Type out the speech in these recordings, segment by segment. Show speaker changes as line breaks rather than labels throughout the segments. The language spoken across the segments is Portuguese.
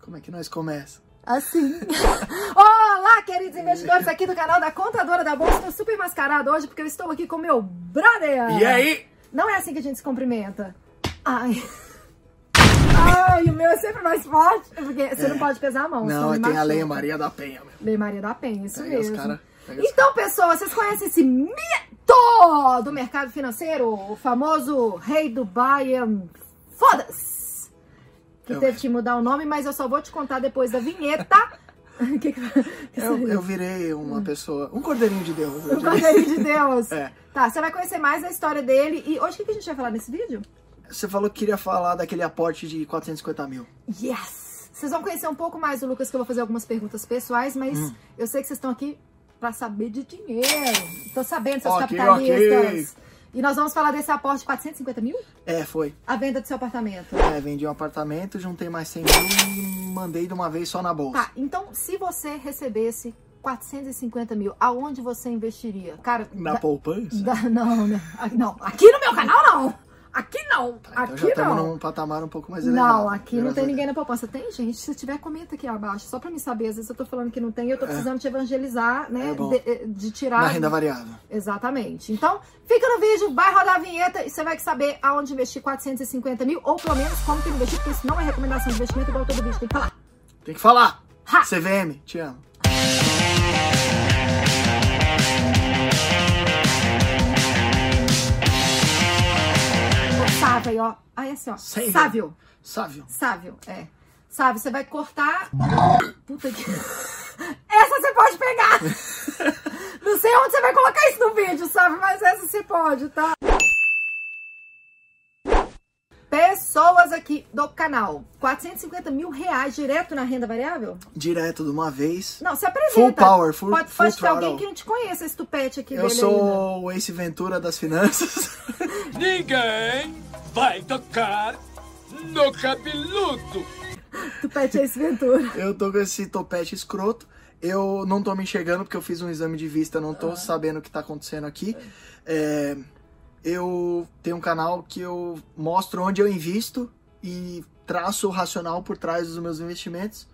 Como é que nós começa?
Assim. Olá, queridos investidores aqui do canal da Contadora da Bolsa. Estou super mascarado hoje porque eu estou aqui com meu brother.
E aí?
Não é assim que a gente se cumprimenta. Ai. Ai, o meu é sempre mais forte. Porque você não pode pesar a mão. senão
É. Não, aí
me
tem a
machuca.
Lei Maria da Penha, meu.
Lei Maria da Penha, isso
Pega os
mesmo.
caras. pega os
Então, pessoas, vocês conhecem esse mito do mercado financeiro? O famoso rei do Bayern. Foda-se! Que
Eu-
teve que mudar o nome, mas eu só vou te contar depois da vinheta. que que...
Eu, eu virei
Hum.
uma pessoa. Um cordeirinho de Deus. eu
O
diria.
Cordeiro de Deus.
É.
Tá, você vai conhecer mais a história dele. E hoje o que que a gente vai falar nesse vídeo?
Você falou que queria falar daquele aporte de 450 mil.
Yes! Vocês vão conhecer um pouco mais do Lucas, que eu vou fazer algumas perguntas pessoais, mas
Hum.
eu sei que vocês estão aqui pra saber de dinheiro. Tô sabendo, seus
Ok,
capitalistas. E nós vamos falar desse aporte de 450 mil?
É, foi.
A venda do seu apartamento.
É, vendi um apartamento, juntei mais 100 mil e mandei de uma vez só na bolsa.
Tá, então se você recebesse 450 mil, aonde você investiria? Cara,
Na
da-
poupança?
da- não, né? Ah, não. Aqui no meu canal não! Aqui não!
Então
Aqui
já estamos
não!
num patamar um pouco mais elevado.
Não, aqui não
graças
tem
a Deus.
ninguém na poupança. Tem, gente? Se tiver, comenta aqui abaixo, só pra me saber. Às vezes eu tô falando que não tem, eu tô precisando te evangelizar, né?
É bom.
de, de tirar.
Na renda variável.
Exatamente. Então, fica no vídeo, vai rodar a vinheta e você vai saber aonde investir 450 mil, ou pelo menos como que investir, porque isso não é recomendação de investimento, igual todo vídeo tem que falar.
Tem que falar!
Ha!
CVM, te amo.
Sábio, aí, ó. Aí assim, ó.
Sei.
Sábio.
Sávio.
Sábio, é. Sábio, você vai cortar. Puta que. Essa você pode pegar! Não sei onde você vai colocar isso no vídeo, sabe? Mas essa você pode, tá? Pessoas aqui do canal. 450 mil reais direto na renda variável?
Direto de uma vez.
Não, se apresenta.
Full power, full-
Pode,
full
pode ter alguém
throttle.
que não te conheça, esse tupete aqui
Eu
dele ainda.
sou o Ace Ventura das finanças.
Ninguém vai tocar no cabeludo.
Tupete é esse Ventura.
Eu tô com esse topete escroto. Eu não tô me enxergando porque eu fiz um exame de vista, não
Ah.
tô sabendo o que tá acontecendo aqui. É, eu tenho um canal que eu mostro onde eu invisto e traço o racional por trás dos meus investimentos.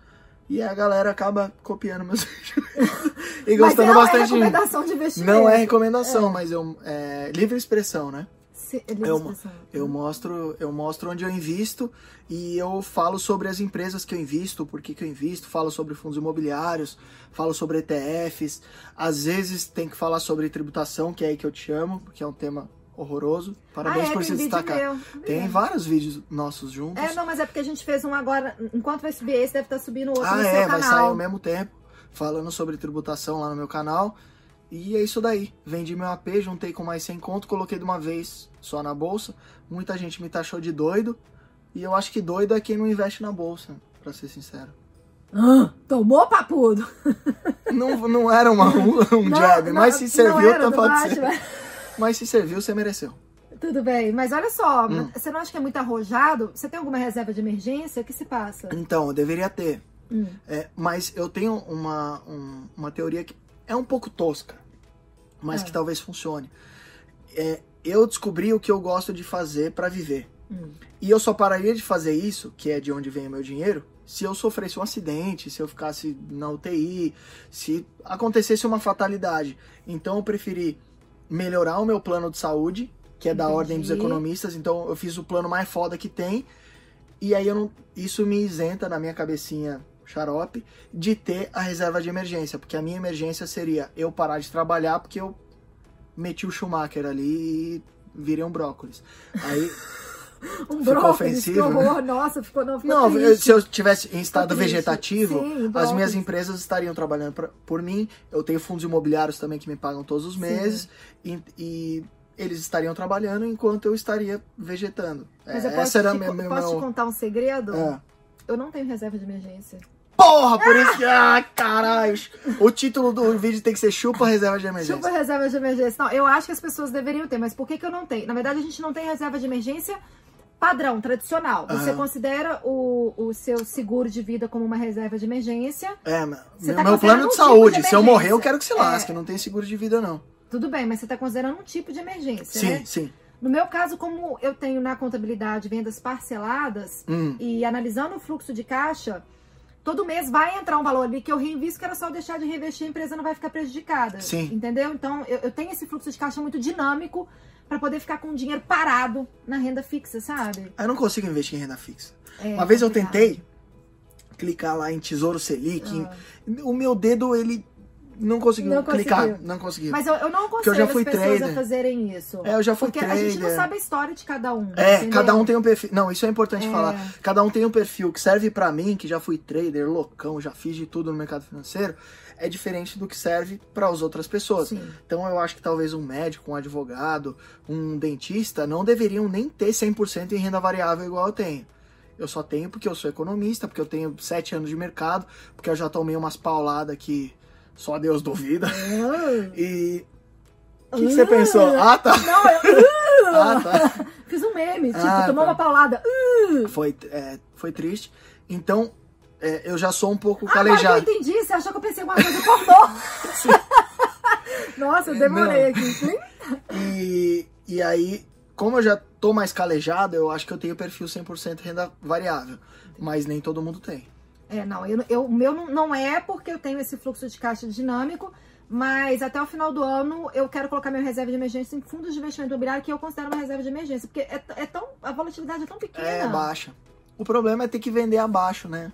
E a galera acaba copiando meus investimentos e gostando bastante
Mas não é
de mim.
recomendação de investimento.
Não é recomendação, mas eu, é livre expressão, né?
Se, ele
É uma-
expressão.
Eu mostro, eu mostro onde eu invisto e eu falo sobre as empresas que eu invisto, por que que eu invisto, falo sobre fundos imobiliários, falo sobre ETFs. Às vezes tem que falar sobre tributação, que é aí que eu te amo, porque é um tema horroroso. Parabéns
Ah, é,
por se
tem vídeo
destacar.
meu. né?
Tem vários vídeos nossos juntos.
É, não, mas é porque a gente fez um agora. Enquanto vai subir esse, deve estar subindo outro
ah,
no
é,
seu
vai sair
canal.
ao mesmo tempo, falando sobre tributação lá no meu canal. E é isso daí. Vendi meu AP, juntei com mais 100 conto, coloquei de uma vez só na bolsa. Muita gente me taxou de doido. E eu acho que doido é quem não investe na bolsa, pra ser sincero.
Ah, tomou papudo.
Não, não era uma, um, um
Não,
jab,
não,
mas se
não
serviu,
era
tá,
do
pode ser.
Batman.
Mas se serviu, você mereceu.
Tudo bem, mas olha só,
Hum.
você não acha que é muito arrojado? Você tem alguma reserva de emergência? O que se passa?
Então, eu deveria ter.
Hum.
É, mas eu tenho uma, um- uma teoria que é um pouco tosca, mas
Ah.
que talvez funcione. É, eu descobri o que eu gosto de fazer pra viver.
Hum.
E eu só pararia de fazer isso, que é de onde vem o meu dinheiro, se eu sofresse um acidente, se eu ficasse na UTI, se acontecesse uma fatalidade. Então eu preferi melhorar o meu plano de saúde, que é da
Entendi.
ordem dos economistas, então eu fiz o plano mais foda que tem. E aí eu não, isso me isenta na minha cabecinha xarope de ter a reserva de emergência, porque a minha emergência seria eu parar de trabalhar porque eu meti o Schumacher ali e virei um brócolis. Aí
Um
Ficou
brócolis, que
ofensivo, né?
horror. Nossa, ficou não ficou
Não, eu-
triste.
se eu tivesse em estado
triste.
vegetativo,
é Sim,
as minhas
brócolis.
empresas estariam trabalhando pra- por mim. Eu tenho fundos imobiliários também que me pagam todos os
Sim.
meses. E, e eles estariam trabalhando enquanto eu estaria vegetando.
Mas
É,
eu posso,
essa era a
te,
minha.
co-
minha-
posso te
meu-
contar um segredo?
Ah.
Eu não tenho reserva de emergência.
Porra, por isso que. Ah, caralho! O título do vídeo tem que ser Chupa Reserva de Emergência.
Chupa reserva de emergência. Não, eu acho que as pessoas deveriam ter, mas por que, que eu não tenho? Na verdade, a gente não tem reserva de emergência padrão, tradicional. Você
Aham.
considera o, o seu seguro de vida como uma reserva de emergência.
É, meu,
Você tá
meu
considerando
plano
um
de
tipo
saúde.
de
se eu morrer, eu
emergência.
quero que se
É.
lasque. Não tem seguro de vida, não.
Tudo bem, mas você está considerando um tipo de emergência, né?
Sim, sim.
No meu caso, como eu tenho na contabilidade vendas parceladas
Hum.
e analisando o fluxo de caixa, Todo mês vai entrar um valor ali que eu reinvisto, que era só eu deixar de reinvestir, a empresa não vai ficar prejudicada.
Sim.
Entendeu? Então, eu, eu tenho esse fluxo de caixa muito dinâmico pra poder ficar com o dinheiro parado na renda fixa, sabe?
Eu não consigo investir em renda fixa.
É,
Uma vez eu
complicado.
tentei clicar lá em Tesouro Selic. em- O meu dedo, ele não conseguiu
Ah. Não
clicar.
conseguiu.
Não conseguiu.
Mas eu, eu não
Porque eu
aconselho
já
as
fui
pessoas a
trader.
fazerem isso.
É, eu já fui
Porque a gente não
trader.
sabe a história de cada um.
É,
entendeu?
cada um tem um perfil. Não, isso é importante
É.
falar. Cada um tem um perfil que serve pra mim, que já fui trader, loucão, já fiz de tudo no mercado financeiro, é diferente do que serve para as outras pessoas.
Sim.
Então eu acho que talvez um médico, um advogado, um dentista não deveriam nem ter 100% em renda variável igual eu tenho. Eu só tenho porque eu sou economista, porque eu tenho sete anos de mercado, porque eu já tomei umas pauladas que só Deus duvida. E o que que você
Ah.
pensou? Ah, tá.
Não, eu
Ah, tá.
fiz um meme, tipo,
Ah,
tomou
tá.
uma paulada.
Foi, é, foi triste. Então, é, eu já sou um pouco
Ah, Agora que eu
calejado.
entendi, você achou que eu pensei em uma coisa pornô. Nossa, eu demorei
Não.
aqui.
E, e aí, como eu já tô mais calejado, eu acho que eu tenho perfil 100% renda variável. Mas nem todo mundo tem.
É, não, eu, eu- o meu não, não é porque eu tenho esse fluxo de caixa dinâmico, mas até o final do ano eu quero colocar minha reserva de emergência em fundos de investimento imobiliário que eu considero uma reserva de emergência, porque é, t- é tão, a volatilidade é tão pequena.
É, baixa. O problema é ter que vender abaixo, né?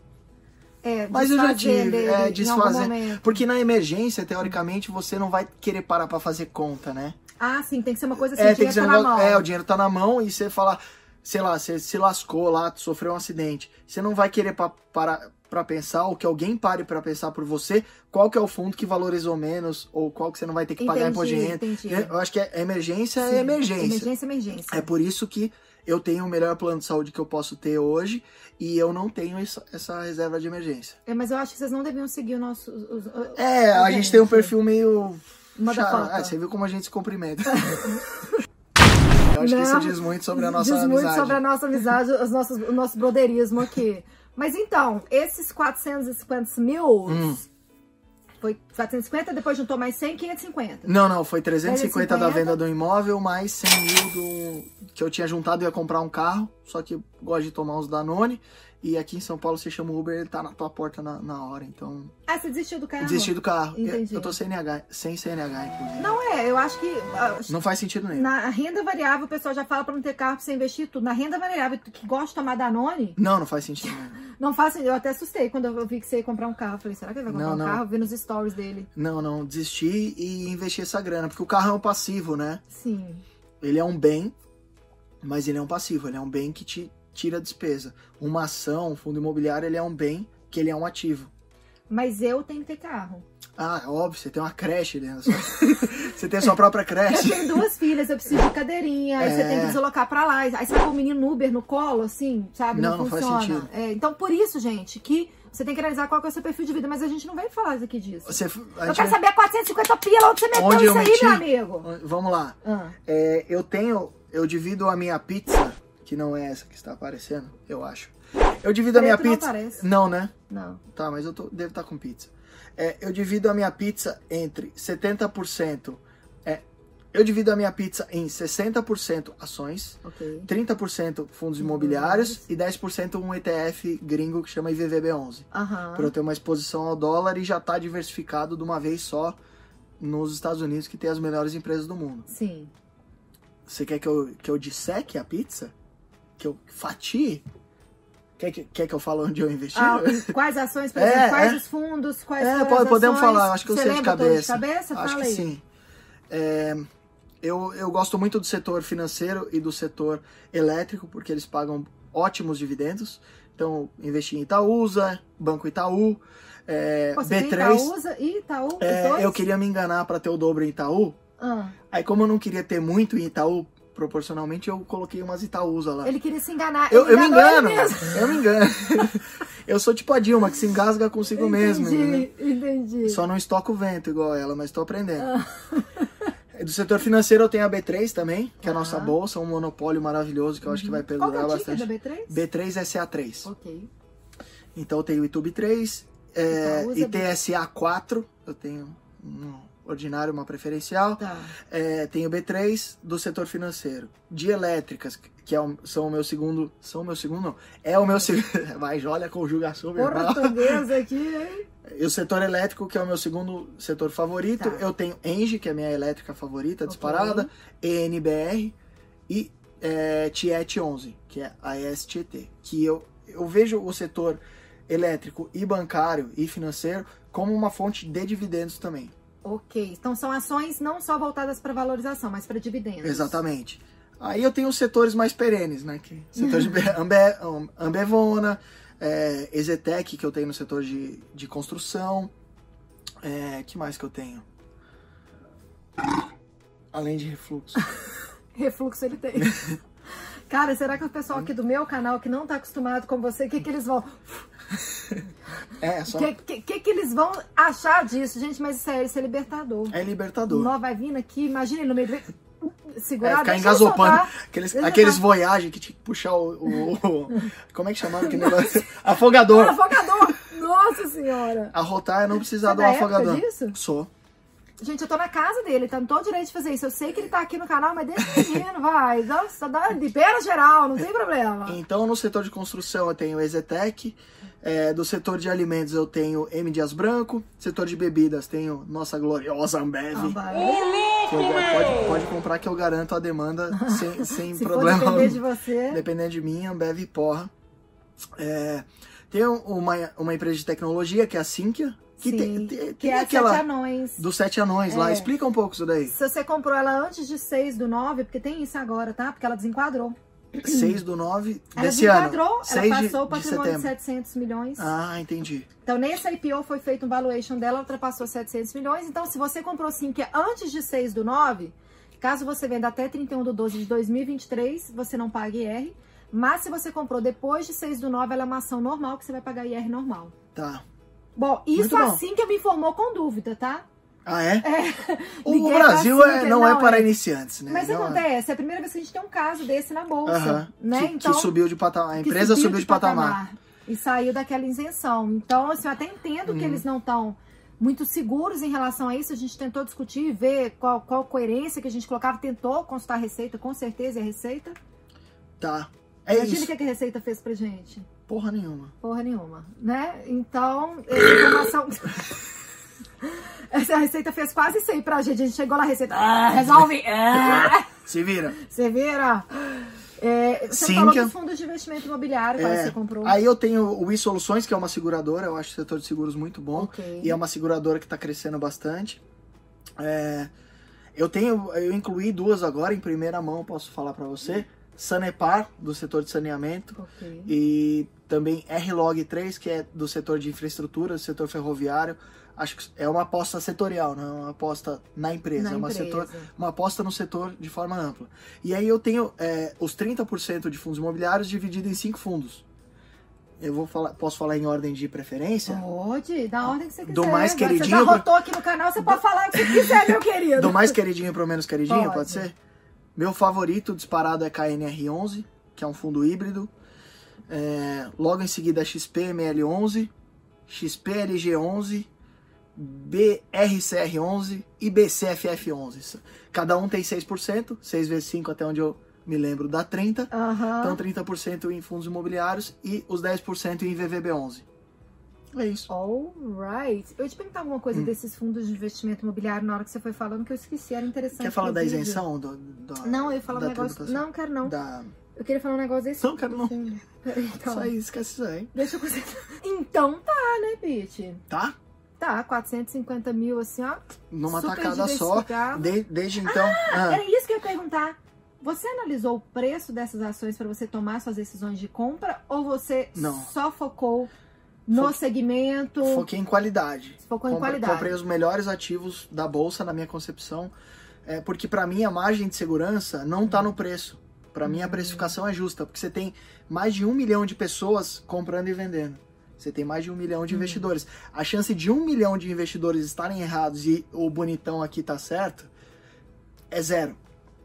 É,
Mas eu já
desfazer
tive,
dele
é,
em algum
desfazer.
momento.
Porque na emergência, teoricamente, você não vai querer parar pra fazer conta, né?
Ah, sim, tem que ser uma coisa assim,
É,
é,
tem que ser um
na mão.
negócio- é, o dinheiro tá na mão e você fala, sei lá, você se lascou lá, sofreu um acidente. Você não vai querer pa- parar pra pensar, ou que alguém pare pra pensar por você, qual que é o fundo que valorizou menos, ou qual que você não vai ter que tipo, pagar
Entendi,
imposto de renda.
entendi.
Eu acho que é emergência
Sim,
é emergência.
Emergência, emergência.
É por isso que eu tenho o melhor plano de saúde que eu posso ter hoje e eu não tenho essa, essa reserva de emergência.
É, mas eu acho que vocês não deviam seguir o nosso. Os, os-
É, a gente tem um perfil meio.
Manda
chato.
foto.
Ah, você viu como a gente se cumprimenta. eu acho que isso
É. Não.
diz muito sobre a nossa
Diz
amizade.
muito sobre a nossa amizade, os nossos, o nosso broderismo aqui. Mas então, esses 450 mil.
Hum.
Foi 450, depois juntou mais 100, 550.
Não, não, foi 350 da
350.
venda do imóvel, mais 100 mil do... que eu tinha juntado e ia comprar um carro, só que eu gosto de tomar uns Danone. E aqui em São Paulo você chama o Uber, ele tá na tua porta na, na hora, então.
Ah, você desistiu do carro?
Desisti do carro. Eu-
Entendi.
Eu tô CNH, sem CNH, inclusive.
Não é, eu acho que. ah,
Não faz sentido nenhum.
Na renda variável, o pessoal já fala pra não ter carro, pra você investir tudo. Na renda variável, tu que gosta de tomar Danone,
Não, não faz sentido nenhum.
não faça. Eu até assustei quando eu vi que você ia comprar um carro. Eu Falei, será que ele vai comprar
Não,
um
não.
carro? Eu vi nos stories dele.
Não, não, desisti e investi essa grana, porque o carro é um passivo, né?
Sim.
Ele é um bem, mas ele é um passivo, ele é um bem que te tira despesa. Uma ação, um fundo imobiliário, ele é um bem que ele é um ativo.
Mas eu tenho que ter carro.
Ah, óbvio, você tem uma creche dentro. da sua- você tem a sua própria
Eu
creche.
tenho duas filhas, eu preciso de cadeirinha, aí você
É.
tem que deslocar pra lá. Aí você vai com o menino no Uber no colo, assim, sabe?
Não, não faz sentido.
É, então, por isso, gente, que você tem que analisar qual que é o seu perfil de vida, mas a gente não vai falar aqui disso.
Você, a
Eu
gente-
quero saber 450 pila onde você meteu
Onde eu
isso aí,
meti?
meu amigo.
Vamos lá.
Ah,
É, eu tenho. Eu divido a minha pizza, que não é essa que está aparecendo, eu acho. Eu divido a minha
Preto não
pizza.
aparece.
Não, né?
não.
Tá, mas eu tô- devo estar com pizza. É, eu divido a minha pizza entre 70%. É, eu divido a minha pizza em 60% ações,
Ok.
30% fundos imobiliários e 10% um ETF gringo que chama IVVB11.
Aham.
para eu ter uma exposição ao dólar e já tá diversificado de uma vez só nos Estados Unidos, que tem as melhores empresas do mundo.
Sim.
Você quer que eu, que eu disseque a pizza? Que eu fatie? Quer que, quer que eu fale onde eu investi?
Ah, quais ações, por
É,
exemplo, quais
é.
os fundos, quais
é,
foram
pode,
as
podemos
ações?
falar, acho que eu
Você
sei de
lembra
cabeça.
todos De cabeça?
Acho
Fala
que
aí.
sim. É, eu, eu gosto muito do setor financeiro e do setor elétrico, porque eles pagam ótimos dividendos. Então, investi em Itaúsa, Banco Itaú, é,
Pô, você tem
B3.
Itaúsa e Itaú, os
É,
dois?
eu queria me enganar para ter o dobro em Itaú,
Ah,
Aí, como eu não queria ter muito em Itaú, proporcionalmente, eu coloquei umas Itaúsa lá.
ele queria se enganar.
Eu,
Ele
eu me
enganou ele
engano,
mesmo.
eu me engano. eu sou tipo a Dilma, que se engasga consigo mesmo. entendeu?
Entendi, entendi.
Só não estoco o vento igual ela, mas tô aprendendo.
Ah.
Do setor financeiro, eu tenho a B3 também, que é a nossa
Aham.
bolsa, um monopólio maravilhoso que eu acho que vai
Ah. Qual que é
perdurar
o ticket
bastante. é
da B3?
B3SA3.
Ok.
Então, eu tenho o YouTube 3, é,
Itaúsa,
ITSA4, eu tenho um ordinário, uma preferencial.
Tá.
É, tem o B3 do setor financeiro. De elétricas, que é o- são o meu segundo. São o meu segundo, não. É o meu segundo. Mas olha a conjugação verbal.
Português aqui, hein?
E o setor elétrico, que é o meu segundo setor favorito.
Tá.
Eu tenho Engie, que é a minha elétrica favorita,
Ok.
disparada. ENBR e é, TIET 11, que é a ESTT. Que eu, eu vejo o setor elétrico e bancário e financeiro como uma fonte de dividendos também.
Ok. Então são ações não só voltadas para valorização, mas para dividendos.
Exatamente. Aí eu tenho os setores mais perenes, né? Que setor de Ambe, Am- Ambevona, é, Exetec, que eu tenho no setor de, de construção. É, que mais que eu tenho? Além de refluxo.
Refluxo ele tem. Cara, será que o pessoal aqui do meu canal que não tá acostumado com você, o que que eles vão,
É, só.
que, que, que que eles vão achar disso, gente? Mas sério, isso é libertador.
É libertador.
Nó vai vindo aqui, imagina no meio do segurar,
É, ficar
deixa eu
engasopando.
soltar.
Aqueles,
Deixa eu
aqueles
soltar.
voyagem que tinha que puxar o. o- o- como é que chamava aquele negócio? Afogador.
Afogador! Nossa senhora!
Arrotar é não precisar
Você
do
é da época
afogador.
disso?
Sou.
Gente, eu tô na casa dele, tá no todo direito de fazer isso. Eu sei que ele tá aqui no canal, mas deixa o menino, vai. Nossa, dá, libera geral, não tem problema.
Então, no setor de construção eu tenho Exetec, é, do setor de alimentos eu tenho M. Dias Branco, setor de bebidas tenho nossa gloriosa Ambev.
Ambev.
que eu- pode, pode comprar que eu garanto a demanda sem, sem
Se for
problema.
depender de você,
Dependendo de mim, Ambev e porra. É, tem uma, uma empresa de tecnologia que é a Sinqia, que
sim,
tem, tem- tem
que é
aquela
sete anões.
dos sete anões lá.
É.
Explica um pouco isso daí.
Se você comprou ela antes de 6 do 9, porque tem isso agora, tá? Porque ela desenquadrou.
6 do 9
Ela
desse ano.
desenquadrou, ela
6 de-
passou o
de,
patrimônio de,
setembro.
700 milhões.
Ah, entendi.
Então, nesse IPO foi feito um valuation dela, ultrapassou 700 milhões. Então, se você comprou 5 que é antes de 6 do 9, caso você venda até 31 do 12 de 2023, você não paga IR. Mas se você comprou depois de 6 do 9, ela é uma ação normal que você vai pagar IR normal.
Tá.
Bom, isso
Muito bom.
assim que eu me informou com dúvida, tá?
Ah, é? O
Liguei
Brasil
pra
é-
Sinqia,
não, é
tá não,
para
é.
iniciantes, né?
Mas
Não é.
acontece, é a primeira vez que a gente tem um caso desse na bolsa,
Aham.
né?
que, que
então,
subiu de patamar. A empresa subiu, de patamar.
E saiu daquela isenção. Então, assim, eu até entendo
Uhum.
que eles não estão muito seguros em relação a isso. A gente tentou discutir e ver qual, qual coerência que a gente colocava. Tentou consultar a Receita, com certeza é a Receita.
Tá. É
Imagina
isso.
o que que a Receita fez pra gente.
Porra nenhuma.
Porra nenhuma, né? Então, essa informação... Essa receita fez quase isso aí pra gente. A gente chegou lá, a receita. Ah, resolve! Ah.
Se vira.
Você vira? É, você
Sim,
falou
que-
dos fundos de investimento imobiliário, quais
É,
você comprou.
Aí eu tenho o iSoluções, que é uma seguradora. Eu acho o setor de seguros muito bom.
Ok.
E é uma seguradora que está crescendo bastante. É, eu tenho, eu incluí duas agora em primeira mão, posso falar para você. Sanepar, do setor de saneamento.
Ok.
E também R-Log3, que é do setor de infraestrutura, do setor ferroviário. Acho que é uma aposta setorial, não é uma aposta na empresa.
Na
é uma,
empresa.
setor- uma aposta no setor de forma ampla. E aí eu tenho é, os 30% de fundos imobiliários dividido em cinco fundos. Eu vou falar, posso falar em ordem de preferência?
Pode, da ordem que você quiser.
Do mais
né?
queridinho
Você já
pro-
rotou aqui no canal, você pode falar o que você quiser, meu querido.
Do mais queridinho pro menos queridinho, pode,
Pode.
ser? Meu favorito disparado é KNR11, que é um fundo híbrido. É, logo em seguida XPML11, XPLG11, BRCR11 e BCFF11. Cada um tem 6%, 6 vezes 5 até onde eu me lembro dá 30.
Aham.
Então 30% em fundos imobiliários e os 10% em VVB11. É isso.
All right. Eu ia te perguntar alguma coisa
Hum.
desses fundos de investimento imobiliário na hora que você foi falando, que eu esqueci, era interessante.
Quer falar da
inclusive.
isenção? Do, da-
Não, eu ia falar um
da
negócio.
tributação?
Não, quero não.
Da...
Eu queria falar um negócio desse.
Não, quero não.
Peraí, então.
Só isso, esquece isso aí.
Deixa eu concentrar. Então tá, né, Pete?
Tá?
Tá, 450 mil assim, ó.
Numa
Super
tacada só.
diversificado.
De- desde então. Ah,
Era isso que eu ia perguntar. Você analisou o preço dessas ações para você tomar suas decisões de compra ou você
Não.
só focou no
Foque-
segmento?
foquei em qualidade.
Focou em
Compre-
qualidade.
Comprei os melhores ativos da bolsa, na minha concepção. É, porque pra mim a margem de segurança não tá no preço. Pra mim a precificação é justa, porque você tem mais de um milhão de pessoas comprando e vendendo. Você tem mais de um milhão de investidores. A chance de um milhão de investidores estarem errados e o bonitão aqui tá certo é zero.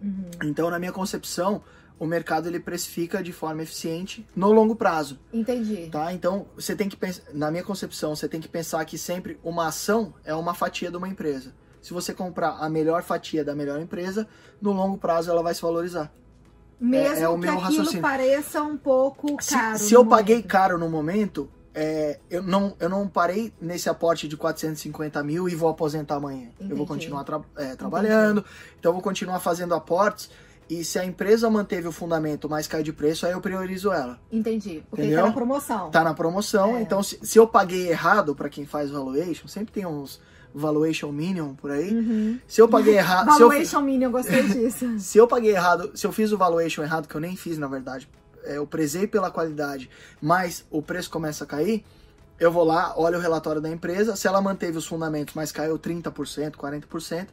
Uhum.
Então, na minha concepção, o mercado ele precifica de forma eficiente no longo prazo.
Entendi.
Tá? Então, você tem que pensar, na minha concepção, você tem que pensar que sempre uma ação é uma fatia de uma empresa. Se você comprar a melhor fatia da melhor empresa, no longo prazo ela vai se valorizar.
Mesmo
é o
que
meu
aquilo
raciocínio.
pareça um pouco
Se,
caro. é.
se
no
eu
momento.
paguei caro no momento, é, eu, não, eu não parei nesse aporte de 450 mil e vou aposentar amanhã. Eu vou
Entendi.
continuar tra- é, trabalhando, então eu vou continuar fazendo aportes. E se a empresa manteve o fundamento, mas cai de preço, aí eu priorizo ela.
Entendi. Porque
Entendeu?
tá na promoção.
Tá na promoção,
É.
então se, se eu paguei errado, pra quem faz valuation, sempre tem uns valuation minion por aí.
Uhum.
Se eu paguei errado. Ah, se eu-
Valuation Minion, gostei disso.
se eu paguei errado, se eu fiz o valuation errado, que eu nem fiz, na verdade, é, eu prezei pela qualidade, mas o preço começa a cair, eu vou lá, olho o relatório da empresa, se ela manteve os fundamentos, mas caiu 30%, 40%,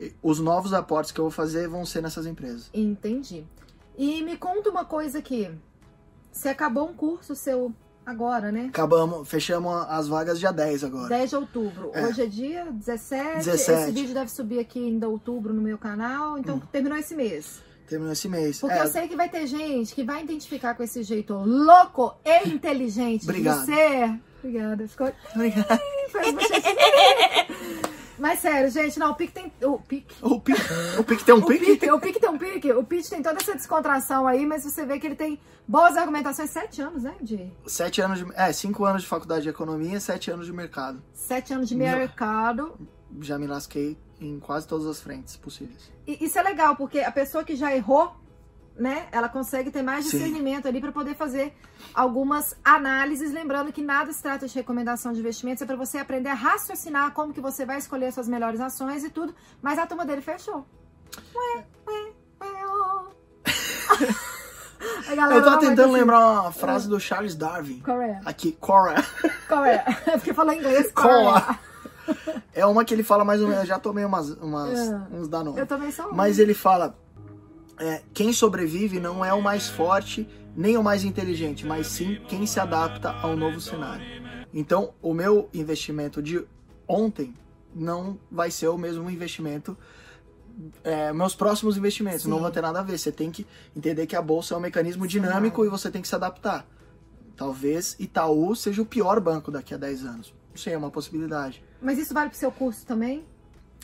e os novos aportes que eu vou fazer vão ser nessas empresas.
Entendi. E me conta uma coisa aqui. Você acabou um curso seu agora, né?
Acabamos, fechamos as vagas dia 10 agora.
10 de outubro.
É.
Hoje é dia 17.
17.
Esse vídeo deve subir aqui ainda outubro no meu canal. Então terminou esse mês.
Terminou esse mês.
Porque
Hum. É,
eu sei que vai ter gente que vai identificar com esse jeito louco e inteligente
Obrigado.
de ser. Obrigada. Ficou... Faz bochecha. Mas sério, gente, não, o Pique tem. O Pique.
O pique, o pique tem um
O
pique?
Pique, o Pique tem um pique, o Pique tem toda essa descontração aí, mas você vê que ele tem boas argumentações. Sete anos, né, de
Sete anos de. É, cinco anos de faculdade de economia e sete anos de mercado.
Sete anos de
Não.
mercado.
Já me lasquei em quase todas as frentes possíveis.
E isso é legal, porque a pessoa que já errou, né, ela consegue ter mais
Sim.
discernimento ali para poder fazer algumas análises. Lembrando que nada se trata de recomendação de investimentos, é para você aprender a raciocinar como que você vai escolher as suas melhores ações e tudo. Mas a turma dele fechou. Ué, ué, ué, ó. A galera
Eu tava
lá vai
tentando
assim,
lembrar uma frase do Charles Darwin.
Qual é?
Aqui, Cora.
Qual é? É porque falou inglês.
Qual
Qual
é?
é?
É uma que ele fala mais ou menos. Eu já tomei umas, umas,
Ah.
uns danos.
Eu também sou um.
Mas ele fala: é, quem sobrevive não é o mais forte nem o mais inteligente, mas sim quem se adapta ao novo cenário. Então, o meu investimento de ontem não vai ser o mesmo investimento. é, meus próximos investimentos
Sim.
não vão ter nada a ver. Você tem que entender que a bolsa é um mecanismo dinâmico e você tem que se adaptar. Talvez Itaú seja o pior banco daqui a 10 anos. Não sei, é uma possibilidade.
Mas isso vale pro seu curso também?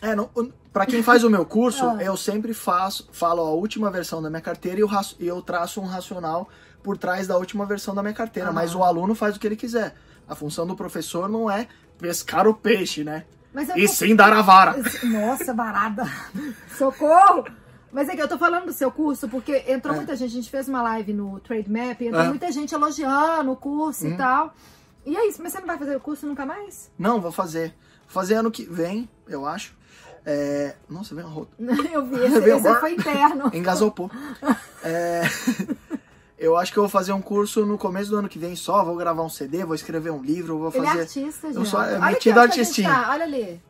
É, não, para quem faz o meu curso,
Ah.
eu sempre faço, falo a última versão da minha carteira e eu, raço- e eu traço um racional por trás da última versão da minha carteira.
Ah.
Mas o aluno faz o que ele quiser. A função do professor não é pescar o peixe, né?
Mas eu
E
tô-
sim dar a vara.
Nossa, varada. Socorro! Mas é que eu tô falando do seu curso, porque entrou
É.
muita gente, a gente fez uma live no Trade Map, e entrou
É. Hum.
muita gente elogiando o curso e tal. E é isso, mas você não vai fazer o curso nunca mais?
Não, vou fazer. Vou fazer ano que vem, eu acho. É... Nossa, vem uma rota.
Eu vi, esse,
Meu amor.
esse foi interno.
Engasopou. É, Eu acho que eu vou fazer um curso no começo do ano que vem só. Vou gravar um CD, vou escrever um livro, vou
Ele é
fazer.
artista,
Eu
gente.
sou
Olha
metido
aqui onde que a gente
artistinha.
tá, olha ali.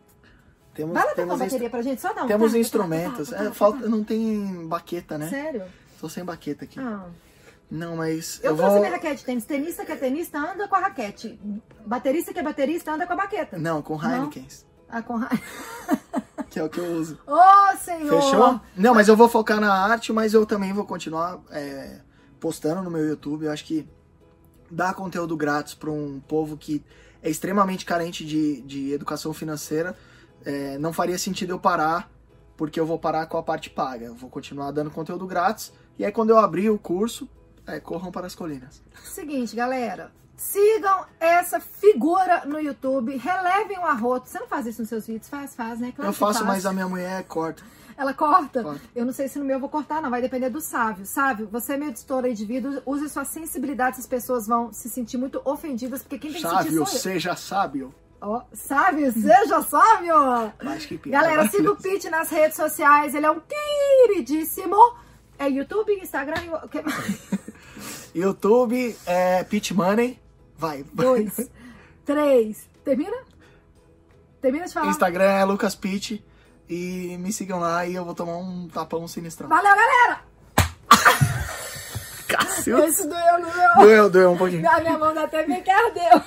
Temos,
Vai lá tocar uma
temos, instru-
bateria pra gente, só dá um
temos
tá, tá,
instrumentos.
tá, tá, tá,
É,
tá,
falta,
tá.
não tem baqueta, né?
Sério?
Tô sem baqueta aqui.
Ah.
Não, mas eu,
Eu, trouxe
vou.
minha raquete de tênis. Tenista que é tenista anda com a raquete. Baterista que é baterista anda com a baqueta.
Não, com
Não?
Heineken,
Ah, com ra...
que é o que eu uso.
Ô, senhor!
Fechou? Não, mas eu vou focar na arte, mas eu também vou continuar é, postando no meu YouTube. Eu acho que dar conteúdo grátis para um povo que é extremamente carente de, de educação financeira é, não faria sentido eu parar, porque eu vou parar com a parte paga. Eu vou continuar dando conteúdo grátis. E aí, quando eu abrir o curso, é, corram para as colinas.
Seguinte, galera. Sigam essa figura no YouTube. Relevem o arroto. Você não faz isso nos seus vídeos? Faz, faz, né? Claro
Eu
que
faço,
faz.
mas a minha mulher corta.
Ela corta?
Corta.
Eu não sei se no meu eu vou cortar, não. Vai depender do Sávio. Sávio, você é meu editor aí de vídeo. Use sua sensibilidade. Essas pessoas vão se sentir muito ofendidas, porque quem tem que sentir
Sábio,
sou eu.
seja sábio.
Ó, Sávio, seja Sávio!
Mas que piada.
Galera, siga o Pete nas redes sociais, ele é um queridíssimo. É YouTube, Instagram e o que mais?
YouTube, é, Pit Money. Vai.
Dois, três. Termina? Termina de falar.
Instagram é Lucas Pitt. E me sigam lá e eu vou tomar um tapão sinistrão.
Valeu, galera!
Cacilda.
Esse doeu, não doeu?
Doeu, doeu um pouquinho.
A minha mão até meio que ardeu.